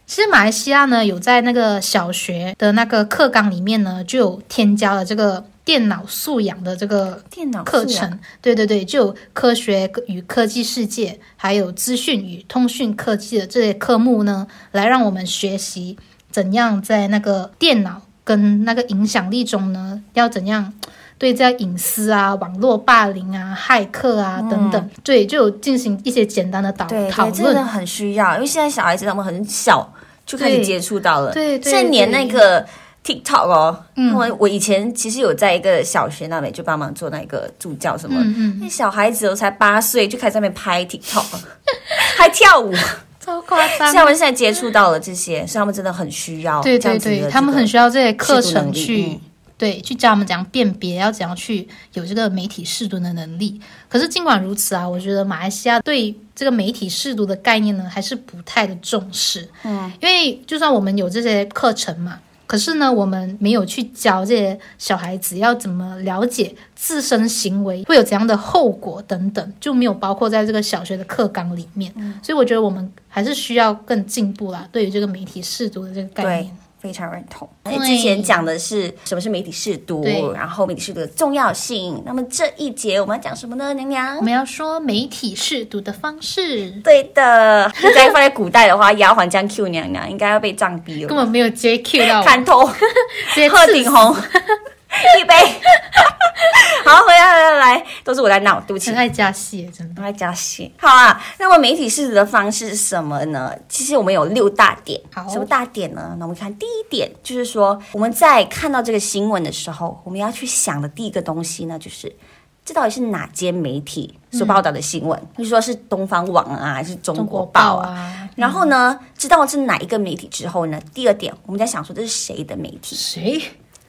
Speaker 3: 其实马来西亚呢，有在那个小学的那个课纲里面呢，就有添加了这个电脑素养的这个
Speaker 2: 电脑啊
Speaker 3: 课
Speaker 2: 素养
Speaker 3: 程，对对对，就有科学与科技世界，还有资讯与通讯科技的这些科目呢，来让我们学习怎样在那个电脑跟那个影响力中呢，要怎样对这样隐私啊、网络霸凌啊、骇客啊等等，对，就有进行一些简单的讨
Speaker 2: 嗯对
Speaker 3: 讨
Speaker 2: 对，真的
Speaker 3: 论。
Speaker 2: 很需要，因为现在小孩子他们很小就开始
Speaker 3: 对
Speaker 2: 接触到了，
Speaker 3: 对对
Speaker 2: 甚至连
Speaker 3: 对
Speaker 2: 那个 TikTok 哦，我我以前其实有在一个小学那里就帮忙做那个助教什么，
Speaker 3: 嗯嗯，
Speaker 2: 那小孩子都才八岁就开始在那边拍 TikTok，还 跳 舞，
Speaker 3: 超夸张
Speaker 2: 像他们现在接触到了这些，所以他们真的很需要
Speaker 3: 对
Speaker 2: 这
Speaker 3: 对
Speaker 2: 样子的这
Speaker 3: 对，
Speaker 2: 个
Speaker 3: 他们很需要这些课
Speaker 2: 适度能
Speaker 3: 程
Speaker 2: 力
Speaker 3: 去、
Speaker 2: 嗯
Speaker 3: 对去教他们怎样辨别，要怎样去有这个媒体适度的能力。可是尽管如此啊，我觉得马来西亚对这个媒体适度的概念呢，还是不太的重视。嗯，因为就算我们有这些课程嘛。可是呢，我们没有去教这些小孩子要怎么了解自身行为会有怎样的后果等等，就没有包括在这个小学的课纲里面。
Speaker 2: 嗯
Speaker 3: 所以我觉得我们还是需要更进步啦，对于这个媒体适度的这个概
Speaker 2: 对
Speaker 3: 念。。
Speaker 2: 非常认同。
Speaker 3: 对
Speaker 2: 之前讲的是什么是媒体试读
Speaker 3: 对，
Speaker 2: 然后媒体试读的重要性。那么这一节我们要讲什么呢，娘娘
Speaker 3: 我？们要说媒体试读的方式，
Speaker 2: 对的，现在放在古代的话，丫鬟这样 Q 娘娘，应该要被杖毙
Speaker 3: 根
Speaker 2: 了，
Speaker 3: 本没有接 Q 到我，
Speaker 2: 看透。
Speaker 3: 直接
Speaker 2: 鹤
Speaker 3: 哦刺
Speaker 2: 顶红， 一杯。 好，回来回来来，都是我在闹，对不起
Speaker 3: 很。爱加戏，真的。
Speaker 2: 我在加戏。好啊，那么媒体试读的方式是什么呢？其实我们有六大点。
Speaker 3: 好哦
Speaker 2: 什么大点呢？那我们看第一点，就是说我们在看到这个新闻的时候，我们要去想的第一个东西呢，就是这到底是哪间媒体所报道的新闻？你、说是东方网啊，还是中
Speaker 3: 嗯中
Speaker 2: 国
Speaker 3: 国
Speaker 2: 报
Speaker 3: 报
Speaker 2: 啊？
Speaker 3: 啊，
Speaker 2: 然后呢，知道是哪一个媒体之后呢，第二点，我们在想说这是谁的媒体，
Speaker 3: 谁？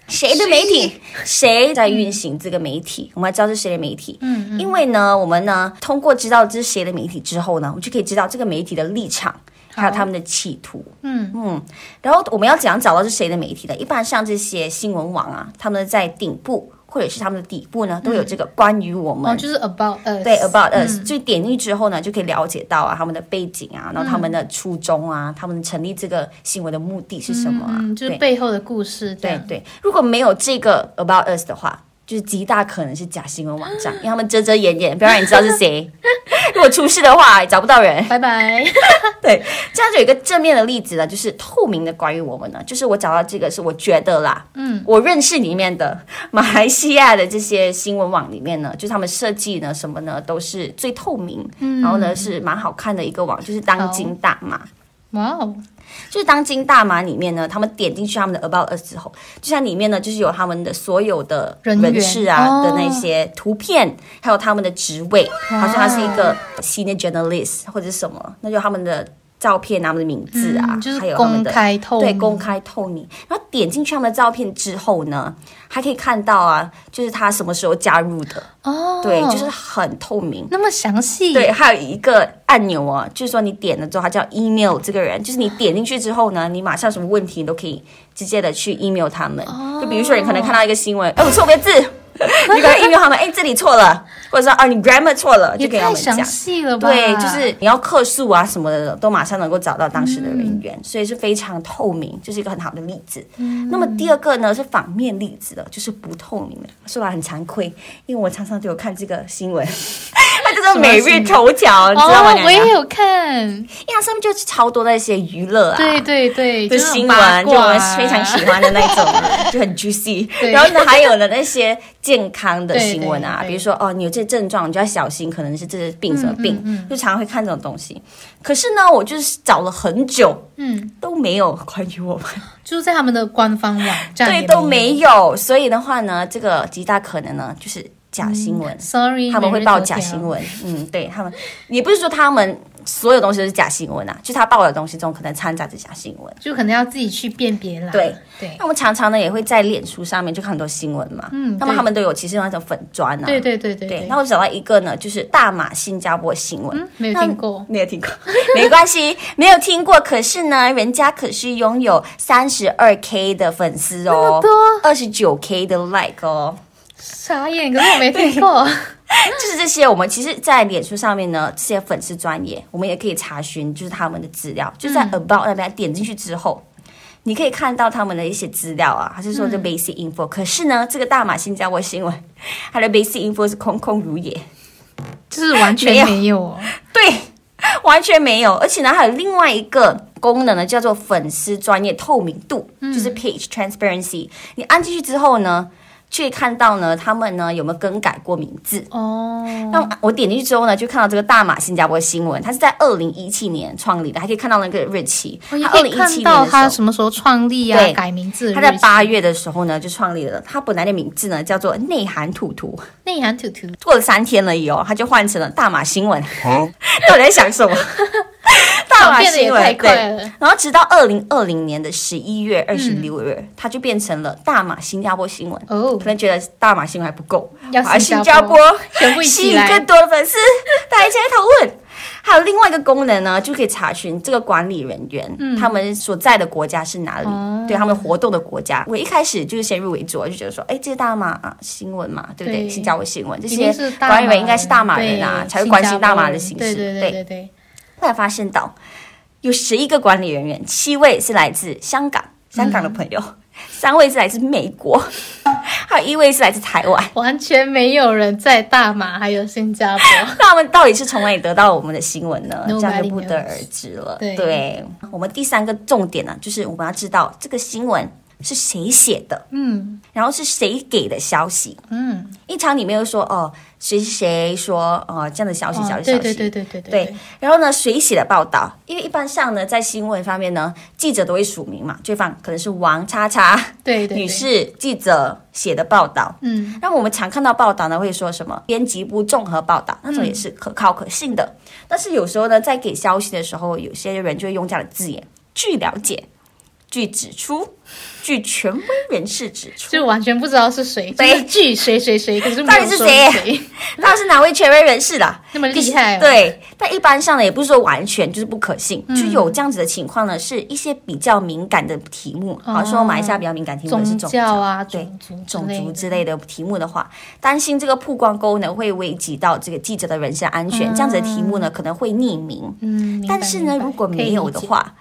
Speaker 2: 谁的媒体，谁在运行这个媒体，我们要知道是谁的媒体。
Speaker 3: 嗯
Speaker 2: 因为呢，我们呢通过知道这是谁的媒体之后呢，我们就可以知道这个媒体的立场，还有他们的企图。
Speaker 3: 嗯
Speaker 2: 嗯，然后我们要怎样找到是谁的媒体呢？一般像这些新闻网啊，他们在顶部或者是他们的底部呢，都有这个关于我们
Speaker 3: 嗯哦，就是嗯 about us，
Speaker 2: 对，about us，、就点进去之后呢，就可以了解到啊他们的背景啊，然后他们的初衷啊，他们成立这个新闻的目的是什么啊？
Speaker 3: 嗯，就是
Speaker 2: 对
Speaker 3: 背后的故事，这
Speaker 2: 对
Speaker 3: 样，
Speaker 2: 对，如果没有这个 about us 的话，就是极大可能是假新闻网 站，因为他们遮遮掩掩，不要让你知道是 谁。如果出事的话，也找不到人。
Speaker 3: 拜拜。
Speaker 2: 对，这样就有一个正面的例子呢，就是透明的关于我们呢，就是我找到这个是我觉得啦，嗯，我认识里面的 马来西亚的这些新闻网里面呢，就是他们设计呢什么呢都是最透明，然后呢是蛮好看的一个网，就是当今大马。
Speaker 3: 哇哦，
Speaker 2: 就是当今大麻里面呢，他们点进去他们的 About Us 之后，就像里面呢，就是有他们的所有的
Speaker 3: 人员
Speaker 2: 人事啊
Speaker 3: 哦
Speaker 2: 的那些图片，还有他们的职位，
Speaker 3: 哇
Speaker 2: 好像他是一个 senior journalist 或者是什么，那就他们的照片、他们的名字啊，
Speaker 3: 嗯就是
Speaker 2: 还有他们
Speaker 3: 公
Speaker 2: 的
Speaker 3: 开透明
Speaker 2: 对公开透明。然后点进去他们的照片之后呢，还可以看到啊，就是他什么时候加入的，
Speaker 3: 哦，
Speaker 2: 对，就是很透明。
Speaker 3: 那么详细，
Speaker 2: 对，还有一个按钮哦，就是说你点了之后，它叫 email 这个人，就是你点进去之后呢，你马上有什么问题你都可以直接的去 email 他们。就比如说你可能看到一个新闻，哎，我错别字，你可能 email 他们，哎，这里错了，或者说啊，你 grammar 错了，
Speaker 3: 也
Speaker 2: 就给他
Speaker 3: 太
Speaker 2: 们讲
Speaker 3: 详。细了吧？
Speaker 2: 对，就是你要客诉啊什么的，都马上能够找到当时的人
Speaker 3: 嗯
Speaker 2: 员，所以是非常透明，就是一个很好的例子。那么第二个呢是反面例 子的，就是不透明的。说来很惭愧，因为我常常都有看这个新闻，它就是做每日头条，呃你知道吗？
Speaker 3: 哦，我也有看，
Speaker 2: 因为它上面就超多那些娱乐啊，
Speaker 3: 对对对，
Speaker 2: 就是新
Speaker 3: 那种八
Speaker 2: 闻，就我
Speaker 3: 卦
Speaker 2: 们
Speaker 3: 啊
Speaker 2: 非常喜欢的那种，啊 就很 juicy
Speaker 3: 对。
Speaker 2: 然后呢，还有呢那些健康的
Speaker 3: 对
Speaker 2: 新闻啊
Speaker 3: 对，对
Speaker 2: 比如说哦，你有这些症状，你就要小心，可能是这些病什么病，
Speaker 3: 嗯
Speaker 2: 就常常会看这种东西。可是呢，我就是找了很久，
Speaker 3: 嗯，
Speaker 2: 都没有关于我们，
Speaker 3: 就是在他们的官方网站
Speaker 2: 对，
Speaker 3: 也
Speaker 2: 都没。有。所以的话呢，这个极大可能呢就是假新闻。
Speaker 3: Sorry，
Speaker 2: 他们会报假
Speaker 3: 每日头条
Speaker 2: 新。闻，嗯，对他们，也不是说他们所有东西都是假新闻啊，就他报的东西中可能掺杂着假新闻。
Speaker 3: 就可能要自己去辨别啦。
Speaker 2: 对
Speaker 3: 对
Speaker 2: 那我们常常呢也会在脸书上面就看很多新闻嘛，
Speaker 3: 嗯
Speaker 2: 那么
Speaker 3: 对
Speaker 2: 他们都有其实有那种粉砖啊，
Speaker 3: 对对对对
Speaker 2: 对。那我找到一个呢，就是大马新加坡新闻，
Speaker 3: 嗯没有听过
Speaker 2: 那没有听过， 没关系，没有听过。可是呢，人家可是拥有三十二 K 的粉丝哦，二十九 K 的 like 哦，
Speaker 3: 傻眼，可是我没听过。
Speaker 2: 就是这些。我们其实，在脸书上面呢，这些粉丝专业，我们也可以查询，就是他们的资料，就在 About 那边点进去之后。你可以看到他们的一些资料啊，还是说这 basic info？、可是呢，这个大马新加坡新闻，它的 basic info 是空空如也，
Speaker 3: 就是完全没有哦，
Speaker 2: 对，完全没有。而且呢，还有另外一个功能呢，叫做粉丝专业透明度，就是 page transparency。你按进去之后呢，就可以看到呢，他们呢有没有更改过名字。
Speaker 3: 哦，
Speaker 2: 那我点进去之后呢，就看到这个大马新加坡新闻，它是在二零一七年创立的，还可以看到那个日期。
Speaker 3: 我哦也
Speaker 2: 它
Speaker 3: 可
Speaker 2: 二
Speaker 3: 以
Speaker 2: 零一
Speaker 3: 看
Speaker 2: 七
Speaker 3: 到
Speaker 2: 年
Speaker 3: 他
Speaker 2: 的时
Speaker 3: 什么时候创立啊
Speaker 2: 对，
Speaker 3: 改名字的
Speaker 2: 候，
Speaker 3: 日期。
Speaker 2: 它在八月的时候呢就创立了。它本来的名字呢叫做内涵图图，
Speaker 3: 内涵图图，
Speaker 2: 过了三天而已哦，它就换成了大马新闻。 到底在想什么？ 大
Speaker 3: 转
Speaker 2: 马
Speaker 3: 变的也
Speaker 2: 新闻
Speaker 3: 太快
Speaker 2: 对
Speaker 3: 了。嗯
Speaker 2: 然后直到二零二零年的十一月二十六日，它就变成了大马新加坡新闻。
Speaker 3: 哦
Speaker 2: 可，能觉得大马新闻还不够，
Speaker 3: 要
Speaker 2: 把
Speaker 3: 新
Speaker 2: 新
Speaker 3: 加
Speaker 2: 加
Speaker 3: 坡
Speaker 2: 坡
Speaker 3: 全部一
Speaker 2: 吸
Speaker 3: 起
Speaker 2: 引
Speaker 3: 来
Speaker 2: 更。多的粉丝，大家一起来讨论。还有另外一个功能呢，就可以查询这个管理人员、
Speaker 3: 嗯
Speaker 2: 他们所在的国家是哪里，
Speaker 3: 哦
Speaker 2: 对他们活动的国家。我一开始就是先入为主，就觉得说，哎，这是大马、啊、新闻嘛，对不对？
Speaker 3: 对
Speaker 2: 新加坡新闻这
Speaker 3: 一
Speaker 2: 些
Speaker 3: 定是大马
Speaker 2: 管理人应该是大马人啊，
Speaker 3: 对
Speaker 2: 才会关心大马的
Speaker 3: 新
Speaker 2: 形
Speaker 3: 加坡
Speaker 2: 势。
Speaker 3: 人对对对对对，
Speaker 2: 后来发现到有十一个管理人员，七位是来自香港，香
Speaker 3: 嗯
Speaker 2: 港的朋友，三位是来自美国，还有一位是来自台湾。
Speaker 3: 完全没有人在大马还有新加 坡。
Speaker 2: 那他们到底是从哪里得到我们的新闻呢
Speaker 3: Nobody
Speaker 2: 这样就不得而知了。
Speaker 3: knows 对
Speaker 2: 我们第三个重点呢、就是我们要知道这个新闻是谁写的，
Speaker 3: 嗯
Speaker 2: 然后是谁给的消息。
Speaker 3: 嗯，
Speaker 2: 一常里面又说哦，谁谁谁说哦这样的消息，消
Speaker 3: 哦
Speaker 2: 息，
Speaker 3: 对
Speaker 2: 消息。
Speaker 3: 对对对对
Speaker 2: 对，然后呢，谁写的报道？因为一般上呢，在新闻方面呢，记者都会署名嘛，就会放可能是王叉叉
Speaker 3: 对对对，
Speaker 2: 女士记者写的报道。
Speaker 3: 嗯，
Speaker 2: 那我们常看到报道呢，会说什么编辑部综合报道，那种也是可靠可信的。但是有时候呢，在给消息的时候，有些人就会用这样的字眼：据了解，据指出，据权威人士指出。
Speaker 3: 就完全不知道是谁，就
Speaker 2: 对
Speaker 3: 是据谁谁谁，可是没
Speaker 2: 到
Speaker 3: 有
Speaker 2: 底是
Speaker 3: 说
Speaker 2: 谁
Speaker 3: 谁，
Speaker 2: 到底是哪位权威人士啦？
Speaker 3: 那么厉害哦嗯
Speaker 2: 可是对，但一般上呢，也不是说完全就是不可信，就有这样子的情况呢，是一些比较敏感的题目，好像说马来西亚比较敏感题目
Speaker 3: 哦宗
Speaker 2: 也是种
Speaker 3: 教啊，
Speaker 2: 对
Speaker 3: 种族之
Speaker 2: 种
Speaker 3: 类
Speaker 2: 族
Speaker 3: 的
Speaker 2: 之类的题目的话，担心这个曝光功能会危及到这个记者的人身安全，这样子的题目呢可能会匿名，
Speaker 3: 嗯，明白
Speaker 2: 但是呢，
Speaker 3: 明白
Speaker 2: 如果没有的，
Speaker 3: 可以理解
Speaker 2: 话，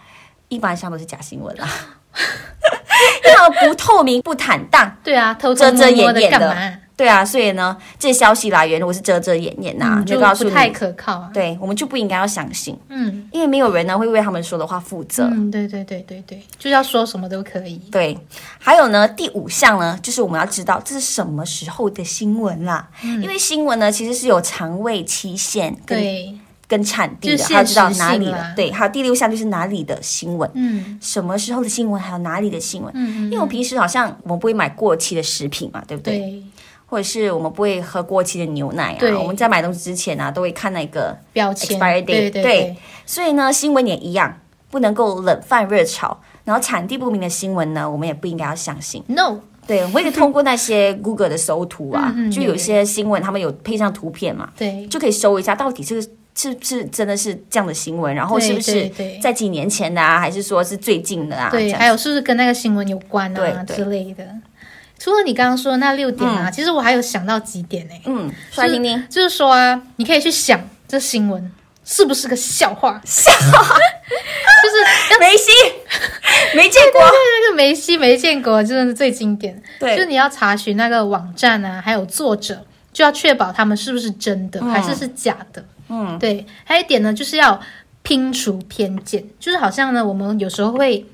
Speaker 2: 一般上都是假新闻啦， 因为他们不透明、不坦荡，
Speaker 3: 对啊，偷偷
Speaker 2: 遮遮
Speaker 3: 摸摸
Speaker 2: 掩
Speaker 3: 的
Speaker 2: 掩
Speaker 3: 干
Speaker 2: 的
Speaker 3: 嘛？
Speaker 2: 对啊，所以呢，这消息来源我是遮遮掩掩呐、
Speaker 3: 嗯
Speaker 2: 就
Speaker 3: 就
Speaker 2: 告诉
Speaker 3: 不
Speaker 2: 你，
Speaker 3: 太可靠啊。
Speaker 2: 对我们就不应该要相信，
Speaker 3: 嗯
Speaker 2: 因为没有人呢会为他们说的话负责。
Speaker 3: 嗯，对对对对对，就是要说什么都可以。
Speaker 2: 对，还有呢，第五项呢，就是我们要知道这是什么时候的新闻啦，因为新闻呢其实是有长尾期限跟
Speaker 3: 嗯对，
Speaker 2: 跟产地的，
Speaker 3: 就是
Speaker 2: 还要知道哪
Speaker 3: 时
Speaker 2: 里
Speaker 3: 性啦
Speaker 2: 的。对，还有第六项就是哪里的新闻，
Speaker 3: 嗯
Speaker 2: 什么时候的新闻，还有哪里的新闻。
Speaker 3: 嗯
Speaker 2: 因为我平时好像我们不会买过期的食品嘛，对不对？
Speaker 3: 对，
Speaker 2: 或者是我们不会喝过期的牛奶
Speaker 3: 对
Speaker 2: 啊，我们在买东西之前啊，都会看那个。
Speaker 3: 标签
Speaker 2: Expiry，date，
Speaker 3: 对对
Speaker 2: 对，所以呢，新闻也一样，不能够冷饭热炒。然后产地不明的新闻呢，我们也不应该要相信。
Speaker 3: ，no，
Speaker 2: 对，我们也通过那些 Google 的搜图啊，
Speaker 3: 嗯嗯
Speaker 2: 就
Speaker 3: 有
Speaker 2: 有一些新闻他们有配上图片嘛，
Speaker 3: 对，
Speaker 2: 就可以搜一下到底这个。是不是真的是这样的新闻？然后是不
Speaker 3: 对
Speaker 2: 是
Speaker 3: 对对
Speaker 2: 在几年前的啊？还是说是最近的啊？这
Speaker 3: 对，
Speaker 2: 样
Speaker 3: 还有是不是跟那个新闻有关啊
Speaker 2: 对对
Speaker 3: 之类的。除了你刚刚说的那六点啊，其实我还有想到几点呢、
Speaker 2: 嗯，说来听听。
Speaker 3: 就是说啊，你可以去想这新闻是不是个笑话，
Speaker 2: 笑，
Speaker 3: 就是 要
Speaker 2: 梅西没见过
Speaker 3: 对，那个梅西没见过，真的是最经典。
Speaker 2: 对
Speaker 3: 就是你要查询那个网站啊，还有作者。就要确保他们是不是真的，还是是假的。嗯，对。还有一点呢，就是要拼除偏见，就是好像呢，我们有时候会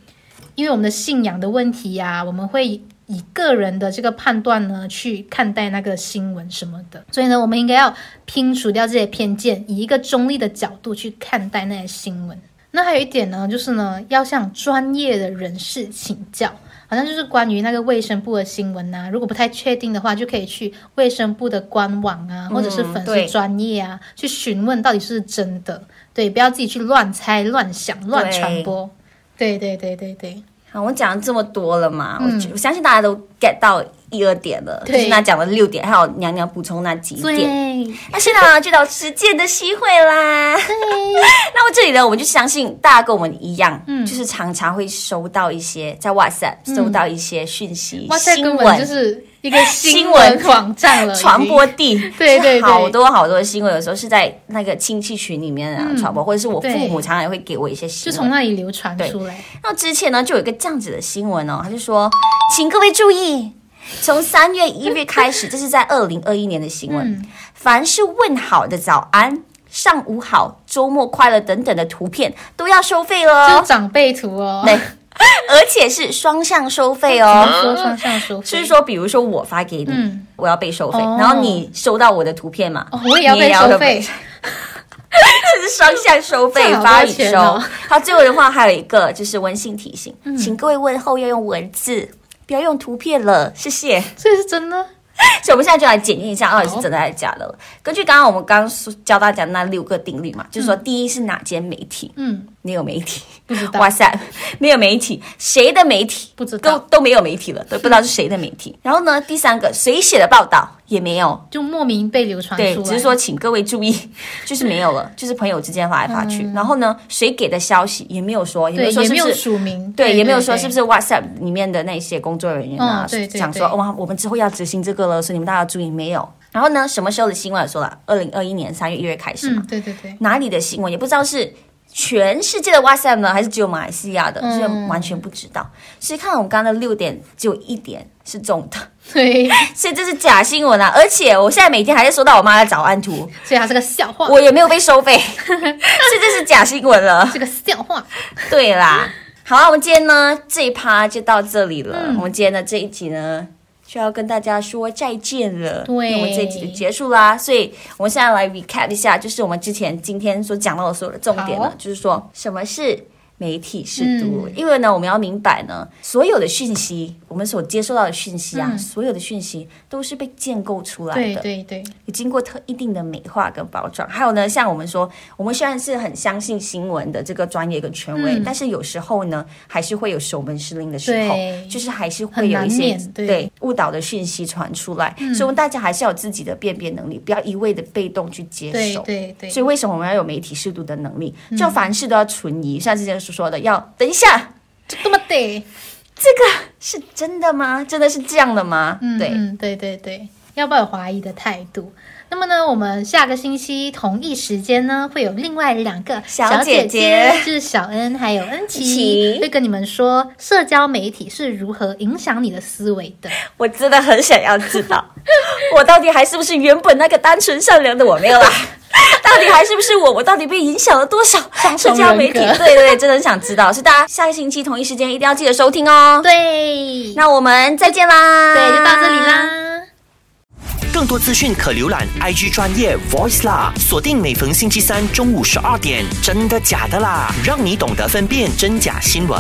Speaker 3: 因为我们的信仰的问题呀、我们会以以个人的这个判断呢去看待那个新闻什么的。所以呢，我们应该要拼除掉这些偏见，以一个中立的角度去看待那些新闻。那还有一点呢，就是呢，要向专业的人士请教。好像就是关于那个卫生部的新闻啊呐、如果不太确定的话，就可以去卫生部的官网啊，或者是粉丝
Speaker 2: 对
Speaker 3: 专业啊，去询问到底是不是真的。对，不要自己去乱猜、乱想、乱传播。对对对对对，
Speaker 2: 好，我讲了这么多了嘛，我觉我相信大家都 get 到一二点了，就
Speaker 3: 嗯对
Speaker 2: 是那讲了六点，还有娘娘补充那几点。
Speaker 3: 对
Speaker 2: 但是呢，就到实践的机会啦。 那么这里呢，我们就相信大家跟我们一样，
Speaker 3: 嗯
Speaker 2: 就是常常会收到一些在 WhatsApp 收到一些讯息、
Speaker 3: 哇塞，
Speaker 2: 新
Speaker 3: 根本就
Speaker 2: 闻。
Speaker 3: 是一个新
Speaker 2: 新闻
Speaker 3: 闻网站了已经，
Speaker 2: 传播地，
Speaker 3: 对对
Speaker 2: 是好多好多的新闻，有时候是在那个亲戚群里面啊传播，或者是我父
Speaker 3: 嗯对
Speaker 2: 母常常也会给我一些新闻。
Speaker 3: 就从那里流传出来。
Speaker 2: 那之前呢，就有一个这样子的新闻哦，他就说，请各位注意，从三月一日开 始，这是在二零二一年的新闻，
Speaker 3: 嗯
Speaker 2: 凡是问好的早安、上午好、周末快乐等等的图片都要收费了
Speaker 3: 就是
Speaker 2: 哦，
Speaker 3: 长辈图哦，
Speaker 2: 对，而且是双向收费哦。
Speaker 3: 说双向收费，
Speaker 2: 就是说，比如说我发给你，
Speaker 3: 嗯
Speaker 2: 我要被收费，
Speaker 3: 哦
Speaker 2: 然后你收到我的图片嘛，
Speaker 3: 哦，我也要
Speaker 2: 你也
Speaker 3: 被
Speaker 2: 要
Speaker 3: 收费，
Speaker 2: 这 是双向收费
Speaker 3: 这好
Speaker 2: 发
Speaker 3: 多
Speaker 2: 与
Speaker 3: 钱
Speaker 2: 收。
Speaker 3: 哦
Speaker 2: 好，最后的话还有一个就是温馨提醒，
Speaker 3: 嗯
Speaker 2: 请各位问候要用文字，不要用图片了，谢谢。
Speaker 3: 这是真的。
Speaker 2: 所以我们现在就来检验一下到底是
Speaker 3: 好
Speaker 2: 真的还是假的。根据刚刚我们刚刚说教大家那六个定律嘛，就是说第一是哪间媒体，
Speaker 3: 嗯，
Speaker 2: 没有媒体，
Speaker 3: 不知道
Speaker 2: 哇，塞，没有媒体，谁的媒体
Speaker 3: 不知
Speaker 2: 都
Speaker 3: 道，
Speaker 2: 都没有媒体了，都不知道是谁的媒体。然后呢，第三个谁写的报道也没有，
Speaker 3: 就莫名被流传
Speaker 2: 对
Speaker 3: 出，来。
Speaker 2: 只是说请各位注意， 就是没有了，就是朋友之间发来发去。然后呢，谁给的消息也没有说，也没有
Speaker 3: 嗯对，
Speaker 2: 说
Speaker 3: 也
Speaker 2: 是
Speaker 3: 没
Speaker 2: 不
Speaker 3: 有
Speaker 2: 是。
Speaker 3: 署名，
Speaker 2: 对，也没有说
Speaker 3: 对
Speaker 2: 是不是 WhatsApp 里面的那些工作人员啊，
Speaker 3: 嗯对对
Speaker 2: 讲说
Speaker 3: 对
Speaker 2: 哇，我们之后要执行这个了，所以你们大家要注意。没有，然后呢，什么时候的新闻说了？二零二一年三月一月开始嘛，
Speaker 3: 嗯，对对 对，
Speaker 2: 哪里的新闻也不知道是全世界的 WhatsApp 呢，还是只有马来西亚的，所
Speaker 3: 嗯
Speaker 2: 以完全不知道。所以看我们刚刚的六点，只有一点是中的，
Speaker 3: 对，
Speaker 2: 所以这是假新闻啊！而且我现在每天还在收到我妈的早安图，
Speaker 3: 所以它是个笑话，
Speaker 2: 我也没有被收费，所以这是假新闻 了。
Speaker 3: 是个笑话。
Speaker 2: 对啦，好啊，我们今天呢这一趴就到这里了。
Speaker 3: 嗯
Speaker 2: 我们今天的这一集呢就要跟大家说再见了，
Speaker 3: 对
Speaker 2: 因为我们这一集就结束啦。所以我们现在来 recap 一下，就是我们之前今天所讲到的所有的重点呢
Speaker 3: 好，嗯
Speaker 2: 就是说什么是。媒体试读，因为呢，我们要明白呢，所有的讯息，我们所接收到的讯息啊，
Speaker 3: 嗯
Speaker 2: 所有的讯息都是被建构出来的。
Speaker 3: 对对对，
Speaker 2: 有经过特一定的美化跟包装。还有呢，像我们说，我们虽然是很相信新闻的这个专业跟权威，
Speaker 3: 嗯
Speaker 2: 但是有时候呢，还是会有守门失灵的时候
Speaker 3: 对，
Speaker 2: 就是还是会有一
Speaker 3: 很难
Speaker 2: 些
Speaker 3: 免对嗯
Speaker 2: 误导的讯息传出来。所以我们大家还是要有自己的辨别能力，不要一味的被动去接
Speaker 3: 对
Speaker 2: 受。
Speaker 3: 对对，嗯
Speaker 2: 所以为什么我们要有媒体适度的能力？就凡事都要存疑，像之前所说的，要等一下，
Speaker 3: 就这么对，
Speaker 2: 是真的吗？真的是这样的吗？
Speaker 3: 嗯
Speaker 2: 对，
Speaker 3: 嗯对对对，要抱有怀疑的态度。那么呢，我们下个星期同一时间呢，会有另外两个
Speaker 2: 小姐
Speaker 3: 姐
Speaker 2: 姐
Speaker 3: 就是小恩还有恩
Speaker 2: 琪
Speaker 3: 琪，会跟你们说社交媒体是如何影响你的思维的。
Speaker 2: 我真的很想要知道， 我到底还是不是原本那个单纯善良的我没有啦？啊 到底还是不是我？我到底被影响了多少？社
Speaker 3: 重
Speaker 2: 交媒体，
Speaker 3: 人格
Speaker 2: 对对对，真的很想知道。所以大家下个星期同一时间一定要记得收听哦。
Speaker 3: 对，
Speaker 2: 那我们再见啦！
Speaker 3: 对，就到这里。啦。
Speaker 1: 更多资讯可浏览 IG 专业 Voice 啦，锁定每逢星期三中午十二点，真的假的啦，让你懂得分辨真假新闻。